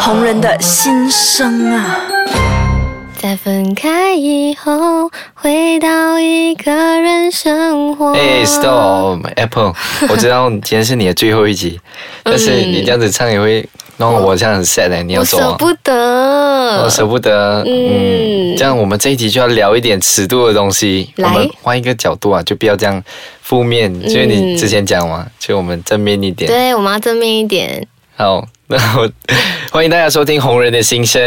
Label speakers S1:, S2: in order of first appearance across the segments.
S1: 红人的心声啊。
S2: 在分开以后，回到一个人生活。
S3: 哎、s t
S2: 哦
S3: o p Apple，我知道今天是你的最后一集，但是你这样子唱也会弄我这样很 sad 哎、你要
S2: 嗯我
S3: 走
S2: 舍
S3: 啊。
S2: 不得
S3: 我。舍不得，嗯，
S2: 嗯
S3: 这样我们这一集就要聊一点尺度的东西。我
S2: 来
S3: 们换一个角度啊，就不要这样负面，就是你之前讲嘛，就我们正面一点。
S2: 嗯对，我们要正面一点。
S3: 好，那我 欢迎大家收听《红人的心声》。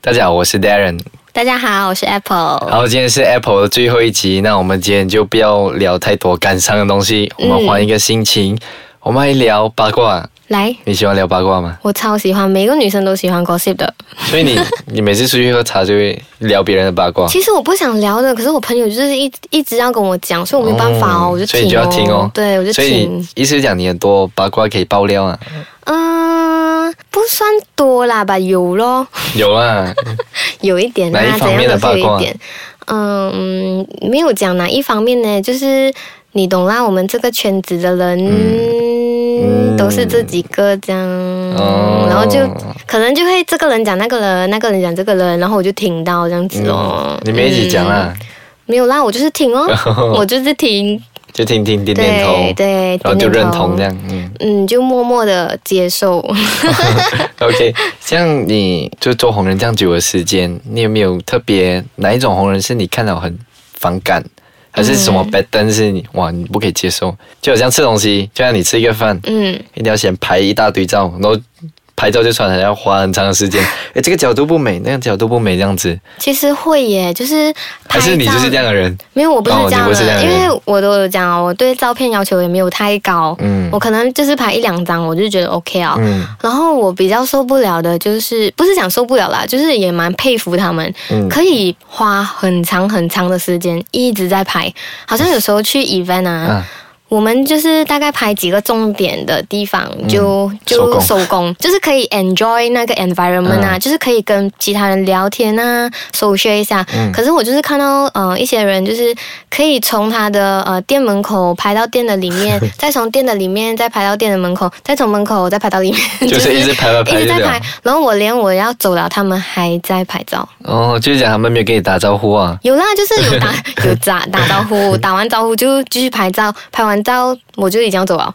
S3: 大家好，我是 Darren，
S2: 大家好，我是 Apple。
S3: 然后今天是 Apple 的最后一集，那我们今天就不要聊太多感伤的东西，我们
S2: 嗯
S3: 换一个心情，我们来聊八卦。
S2: 来，
S3: 你喜欢聊八卦 吗？
S2: 我超喜欢，每个女生都喜欢 gossip 的。
S3: 所以你你每次出去喝茶就会聊别人的八卦，
S2: 其实我不想聊的，可是我朋友就是一一直要跟我讲，所以我没办法哦，我就听
S3: 所以
S2: 哦。
S3: 你就要听哦。
S2: 对，我就
S3: 所以你
S2: 听。
S3: 意思是讲你很多八卦可以爆料啊？
S2: 嗯、不算多啦吧，有咯，
S3: 有啊，
S2: 有一点
S3: 哪
S2: 啦怎
S3: 一，方面的啊
S2: 样都是
S3: 八
S2: 有
S3: 卦
S2: 一点。嗯，没有讲哪一方面呢，就是你懂啦，我们这个圈子的人。
S3: 嗯
S2: 都是这几个这样，
S3: 哦
S2: 然后就可能就会这个人讲那个人，那个人讲这个人，然后我就听到这样子 哦。
S3: 你们一起讲
S2: 嗯
S3: 啊啦，
S2: 没有啦，我就是听 哦，我就是听，
S3: 就听听点点头
S2: 对，对，
S3: 然后就
S2: 点点
S3: 认
S2: 头
S3: 同这样，嗯
S2: 嗯，就默默的接 受。
S3: ，OK。像你就做红人这样久的时间，你有没有特别哪一种红人是你看到很反感？还是什么
S2: 嗯
S3: b a d 是你哇你不可以接受，就好像吃东西，就像你吃一个饭，
S2: 嗯，
S3: 一定要先拍一大堆照，然后拍照就传，还要花很长的 时间。诶，这个角度不美，那个角度不美，这样子，
S2: 其实会耶，就是拍
S3: 还是你就是这样
S2: 照。
S3: 的人？
S2: 没有，我不是
S3: 哦
S2: 这样
S3: 你不是这样
S2: 的，
S3: 的
S2: 因
S3: 人
S2: 为我都有讲啊，我对照片要求也没有太高，
S3: 嗯
S2: 我可能就是拍一两张，我就觉得 OK 啊。
S3: 嗯
S2: 然后我比较受不了的就是，不是讲受不了啦，就是也蛮佩服他们，
S3: 嗯
S2: 可以花很长很长的时间一直在拍，好像有时候去 event 啊，
S3: 啊，
S2: 我们就是大概拍几个重点的地方就、
S3: 收
S2: 就
S3: 嗯工嗯
S2: 收工， 就是可以 enjoy 那个 environment 啊，就是可以跟其他人聊天啊，social 一下。
S3: 嗯
S2: 可是我就是看到呃一些人就是可以从他的呃店门口拍到店的里 面，再从店的里面再拍到店的门口，再从门口再拍到里面，
S3: 就是一直拍拍
S2: 一
S3: 拍
S2: 直
S3: 就
S2: 在
S3: 这
S2: 拍
S3: 样。。
S2: 然后我连我要走了，他们还在拍照。
S3: 哦，就是讲他们没有跟你打招 呼啊。
S2: 有啦，就是有打有打打招 呼，打完招呼就继续拍照，拍完照我就已经要走了。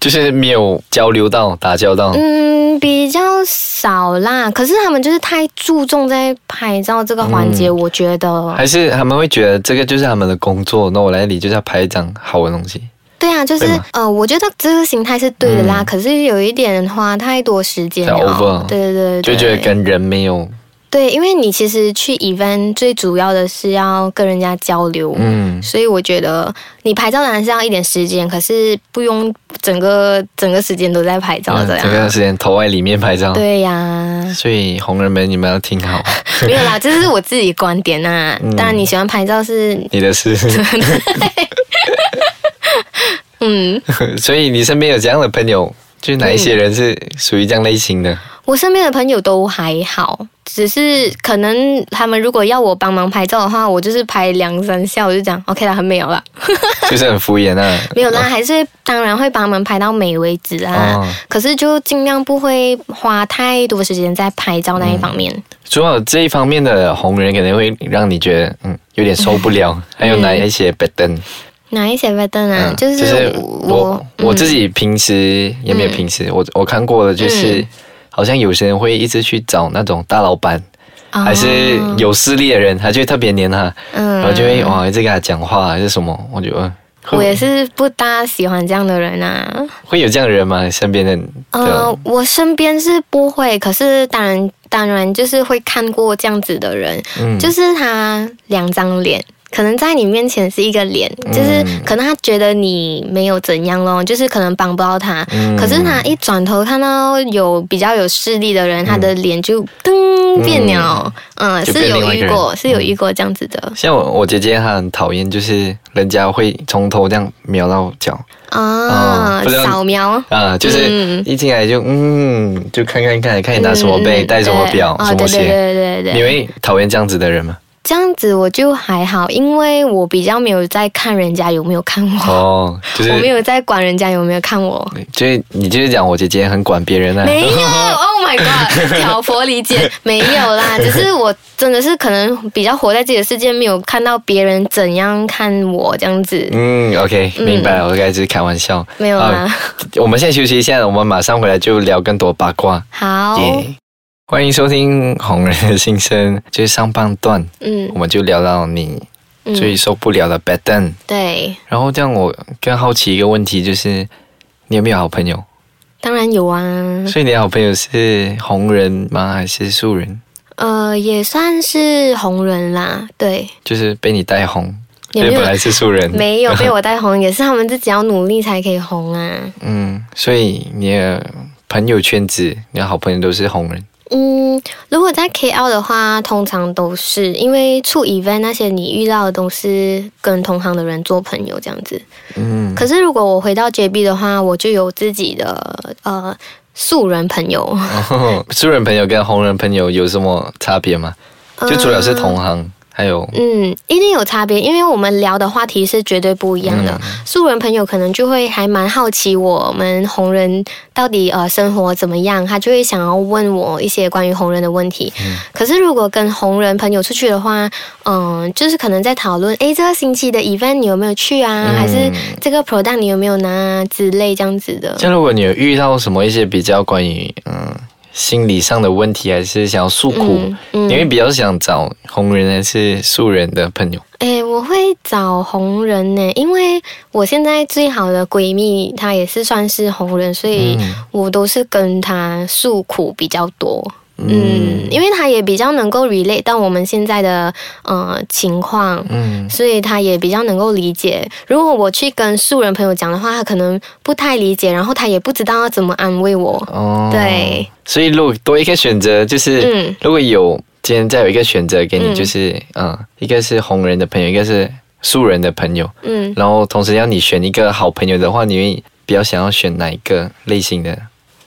S3: 就是没有交流到、打交道。
S2: 嗯，比较少啦。可是他们就是太注重在拍照这个环节，我觉得。
S3: 嗯还是他们会觉得这个就是他们的工作，那我来这里就是要拍一张好的东西。
S2: 对啊，就是
S3: 对嘛
S2: 呃，我觉得这个形态是对的啦。可是有一点花太多时间
S3: 太 over
S2: 了。对对对，
S3: 就觉得跟人没有，
S2: 对，因为你其实去 event 最主要的是要跟人家交流。
S3: 嗯，
S2: 所以我觉得你拍照当然是要一点时间，可是不用整个整个时间都在拍照这
S3: 嗯
S2: 样。
S3: 整个哦时间头外里面拍照。
S2: 对呀、
S3: 所以红人们，你们要听好，
S2: 没有啦，这是我自己观点 呐、
S3: 嗯
S2: 当然你喜欢拍照是
S3: 你的事。
S2: 嗯，
S3: 所以你身边有这样的朋友，就是哪一些人是属于这样类型的？
S2: 我身边的朋友都还好，只是可能他们如果要我帮忙拍照的话，我就是拍两三下，我就讲 OK 啦，很美了啦，
S3: 就是很敷衍啊。
S2: 没有啦，还是会当然会帮忙拍到美为止啊。
S3: 哦
S2: 可是就尽量不会花太多时间在拍照那一方面。
S3: 除了这一方面的红人，可能会让你觉得嗯有点受不 了。还有
S2: 嗯
S3: 哪一些 b a d
S2: 哪一些 b a t 啊？
S3: 嗯，
S2: 就是
S3: 我
S2: 我
S3: 我自
S2: 己
S3: 己平时也没有平时，我我看过的就是，好像有些人会一直去找那种大老板，还是有势力的人，他就会特别黏他，
S2: 嗯
S3: 然后就会哇一直跟他讲话还是什么，我觉得
S2: 我也
S3: 会
S2: 是不大喜欢这样的人啊。
S3: 会有这样的人吗？身边的
S2: 呃
S3: 的，
S2: 我身边是不会，可是当然当然就是会看过这样子的人，
S3: 嗯
S2: 就是他两张脸。可能在你面前是一个脸，
S3: 嗯
S2: 就是可能他觉得你没有怎样咯，就是可能帮不到他。
S3: 嗯
S2: 可是他一转头看到有比较有势力的人，他的脸就噔变了。嗯，
S3: 就是变另
S2: 有
S3: 外一个
S2: 遇
S3: 人
S2: 过，是有遇过这样子的
S3: 像我我姐姐她很讨厌，就是人家会从头这样瞄到脚。哦
S2: 啊
S3: 不知道，
S2: 扫描。
S3: 啊，就是
S2: 嗯
S3: 一进来就嗯，就看看看，看你拿什么
S2: 嗯
S3: 背，
S2: 嗯
S3: 戴什么表，
S2: 对
S3: 什
S2: 哦，
S3: 么
S2: 对对
S3: 鞋。
S2: 对对对
S3: 你会讨厌这样子的人吗？
S2: 这样子我就还好，因为我比较没有在看人家有没有看我，
S3: 哦，就是
S2: 我没有在管人家有没有看 我。
S3: 就是你就是讲我姐姐很管别人啊，
S2: 没有，Oh my god，挑拨离间没有啦， 只是我真的是可能比较活在自己的世界，没有看到别人怎样看我这样子，
S3: 嗯，OK，明白了，我刚才只是开玩笑。
S2: 没有啦。
S3: 我们现在休息一下，我们马上回来就聊更多八卦。
S2: 好，
S3: 耶欢迎收听《红人的心声》，就是上半段，
S2: 嗯
S3: 我们就聊到你最
S2: 嗯，
S3: 受不了的 bad n
S2: 对，
S3: 然后这样我更好奇一个问题，就是你有没有好朋友？
S2: 当然有啊，
S3: 所以你的好朋友是红人吗？还是素人？
S2: 呃，也算是红人啦，对，
S3: 就是被你带红，
S2: 也没
S3: 因为
S2: 有
S3: 本来是素人。
S2: 没 有被我带红，也是他们自己要努力才可以红啊。
S3: 嗯，所以你的朋友圈子，你的好朋友都是红人。
S2: 嗯，如果在 KL 的话，通常都是因为处 event 那些你遇到的都是跟同行的人做朋友这样子。
S3: 嗯，
S2: 可是如果我回到 JB 的话，我就有自己的呃素人朋友，
S3: 嗯哦 素人朋友跟红人朋友有什么差别吗？
S2: 呃
S3: 哦就除了是同行，还有
S2: 嗯，一定有差别，因为我们聊的话题是绝对不一样的。
S3: 嗯
S2: 素人朋友可能就会还蛮好奇我们红人到底呃生活怎么样，他就会想要问我一些关于红人的问题。
S3: 嗯
S2: 可是如果跟红人朋友出去的话，嗯、就是可能在讨论，诶，这个星期的 event 你有没有去啊？
S3: 嗯
S2: 还是这个 product 你有没有拿啊之类这样子的。
S3: 像如果你有遇到什么一些比较关于嗯心理上的问题，还是想要诉苦，
S2: 嗯嗯
S3: 你会比较想找红人还是素人的朋友？
S2: 诶，我会找红人呢，因为我现在最好的闺蜜她也是算是红人，所以我都是跟她诉苦比较多。嗯，因为她也比较能够 relate 到我们现在的呃情况，
S3: 嗯
S2: 所以她也比较能够理解。如果我去跟素人朋友讲的话，她可能不太理解，然后她也不知道要怎么安慰我。
S3: 哦，
S2: 对，
S3: 所以如果多一个选择，就是、
S2: 嗯
S3: 如果有今天再有一个选择给你，
S2: 嗯
S3: 就是嗯一个是红人的朋友，一个是素人的朋友，
S2: 嗯，
S3: 然后同时要你选一个好朋友的话，你会比较想要选哪一个类型的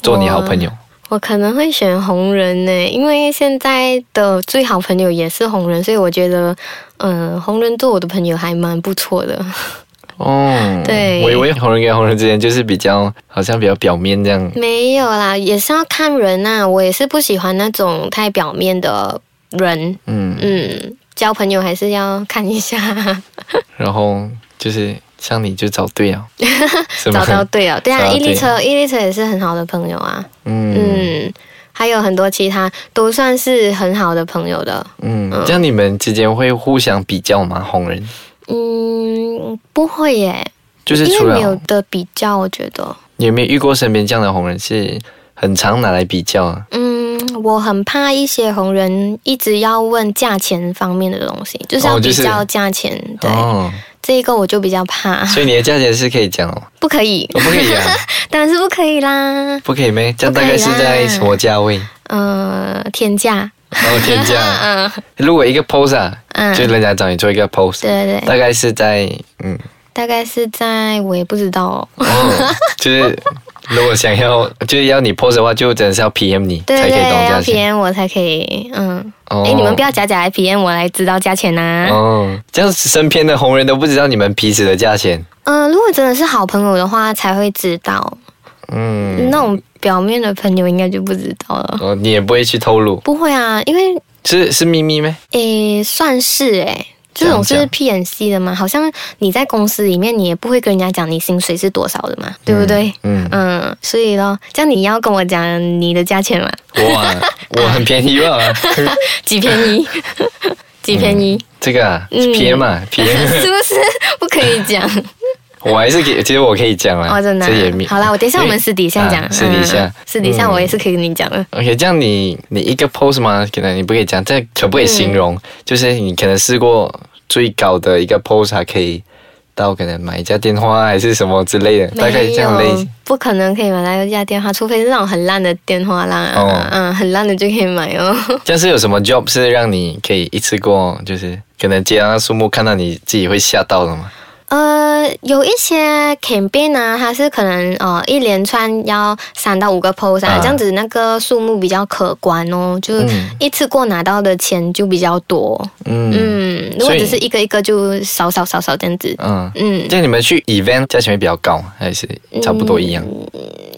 S3: 做你好朋友？
S2: 我可能会选红人呢，因为现在的最好朋友也是红人，所以我觉得，嗯、红人做我的朋友还蛮不错的。
S3: 哦，
S2: 对
S3: 我以为红人跟红人之间就是比较好像比较表面这样。
S2: 没有啦，也是要看人呐、我也是不喜欢那种太表面的人。
S3: 嗯，
S2: 嗯，交朋友还是要看一下，
S3: 然后就是像你就找 对 啊，是吗
S2: 找到对了。对
S3: 找
S2: 啊，
S3: 到
S2: 伊
S3: 对
S2: 利车，伊利车也是很好的朋友啊。
S3: 嗯
S2: 嗯，还有很多其他都算是很好的朋友的。
S3: 嗯，这样你们之间会互相比较吗？红人
S2: 嗯，不会耶，
S3: 就是
S2: 因
S3: 除
S2: 为
S3: 了
S2: 没有的比较，我觉得，
S3: 你有没有遇过身边这样的红人是很常拿来比较啊？
S2: 嗯，我很怕一些红人一直要问价钱方面的东西，就是要
S3: 哦就
S2: 比
S3: 是
S2: 较价钱，对，
S3: 哦，
S2: 这一个我就比较怕，
S3: 所以你的价钱是可以讲哦，
S2: 不可以，
S3: 哦不可以啊，
S2: 当然是不可以啦，
S3: 不可以咩？这样大概是
S2: 啊
S3: 在什么价位？
S2: 呃，天价，
S3: 然后哦天价，
S2: 嗯
S3: 如果一个 pose 啊，
S2: 嗯，
S3: 就
S2: 对
S3: 人家找你做一个 pose，
S2: 对对，
S3: 大概是在嗯
S2: 大概是在我也不知道哦，
S3: 哦，就是如果想要就是要你 pose 的话，就真的是要 PM 你
S2: 对
S3: 才可
S2: 对，
S3: 以懂
S2: 要
S3: 价钱。
S2: PM 我才可以，嗯，
S3: 哦
S2: 哎，你们不要假假来 PM 我来知道价钱啊呐，
S3: 哦，这样身边的红人都不知道你们彼此的价钱。
S2: 嗯，如果真的是好朋友的话，才会知道。
S3: 嗯，
S2: 那种表面的朋友应该就不知道了。
S3: 哦，你也不会去透露，
S2: 不会啊，因为
S3: 是是秘密咩？
S2: 诶，算是诶。这种是
S3: 这样
S2: P N C 的嘛？好像你在公司里面，你也不会跟人家讲你薪水是多少的嘛，对不对？
S3: 嗯，
S2: 嗯，所以咯，这样你要跟我讲你的价钱嘛？
S3: 哇，我很便宜啊吧？
S2: 几便宜？ 几便宜？
S3: 这个啊
S2: 嗯
S3: ，PM 嘛 ，PM，
S2: 是不是不可以 讲？
S3: 我还是可以，其实我可以讲啦，
S2: 哦，真的啊、
S3: 这也秘
S2: 好啦，我等一下我们私底下讲。
S3: 啊私底下
S2: 嗯私底下
S3: 嗯
S2: 我也是可以跟你讲的。
S3: OK，这样你你一个 pose 吗？可能你不可以讲，这可不可以形容？就是你可能试过最高的一个 pose，还可以到可能买一架电话还是什么之类的，
S2: 没有
S3: 大概这样类型。
S2: 不可能可以买到一家电话，除非是那种很烂的电话啦。
S3: 哦
S2: 嗯，很烂的就可以买哦。
S3: 像是有什么 job 是让你可以一次过，就是可能接到那数目看到你自己会吓到的吗？
S2: 呃，有一些 campaign 啊，它是可能呃一连串要三到五个 post 啊，
S3: 啊
S2: 这样子那个数目比较可观哦，就
S3: 嗯
S2: 一次过拿到的钱就比较多。
S3: 嗯
S2: 嗯，如果
S3: 所以
S2: 只是一个一个就少少少少这样子。
S3: 嗯，
S2: 嗯
S3: 这样你们去 event 价钱会比较高，还是差不多一样？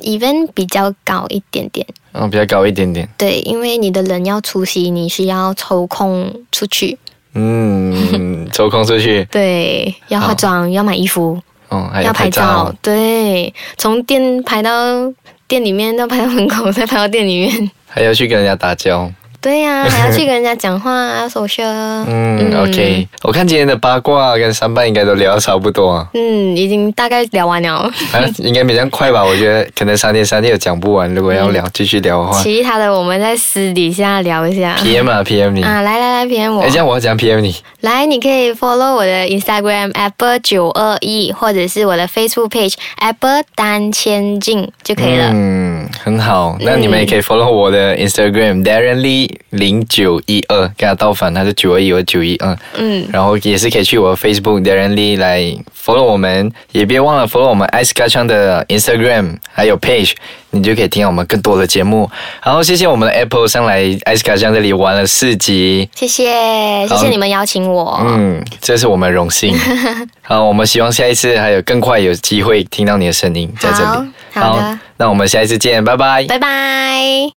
S2: ，event 比较高一点点，
S3: 嗯，比较高一点点。
S2: 对，因为你的人要出席，你需要抽空出去，
S3: 嗯，抽空出去，
S2: 对，要化
S3: 好
S2: 妆，要买衣服，
S3: 嗯，还
S2: 要
S3: 要
S2: 拍
S3: 拍
S2: 照
S3: 照，，
S2: 对，从店拍到店里面，再拍到门口，再拍到店里面。
S3: 还要去跟人家打交。
S2: 对 呀、还要去跟人家讲话啊，手社。
S3: 嗯 o k 我看今天的八卦跟三八应该都聊得差不 多啊，
S2: 嗯，已经大概聊完了。
S3: 啊应该没这样快吧？我觉得可能三天三夜也讲不完，如果要
S2: 嗯
S3: 聊继续聊的话
S2: 其他的我们在私底下聊一下。
S3: ，PM 啊 PM 你，
S2: 啊，来来来，PM 我
S3: 哎，这样我要讲 PM 你，
S2: 来，你可以 follow 我的 Instagram apple 九二一，或者是我的 Facebook page apple 单千进就可以了。
S3: 嗯，很好，那你们也可以 follow 我的 Instagram Darren Lee 零九一二，跟他倒反，他是九二一，我九一二，
S2: 嗯，
S3: 然后也是可以去我的 Facebook Darren Lee 来 follow 我们，也别忘了 follow 我们 Ice k a c h a n 的 Instagram 还有 Page，你就可以听到我们更多的节目。然后谢谢我们的 Apple 上来 Ice k a c h a n 这里玩了四集，
S2: 谢谢，谢
S3: 好
S2: 谢你们邀请我。
S3: 嗯，这是我们荣 幸。好，我们希望下一次还有更快有机会听到你的声音在这里。
S2: 好好的
S3: 那我们下一次见，拜拜
S2: 拜拜。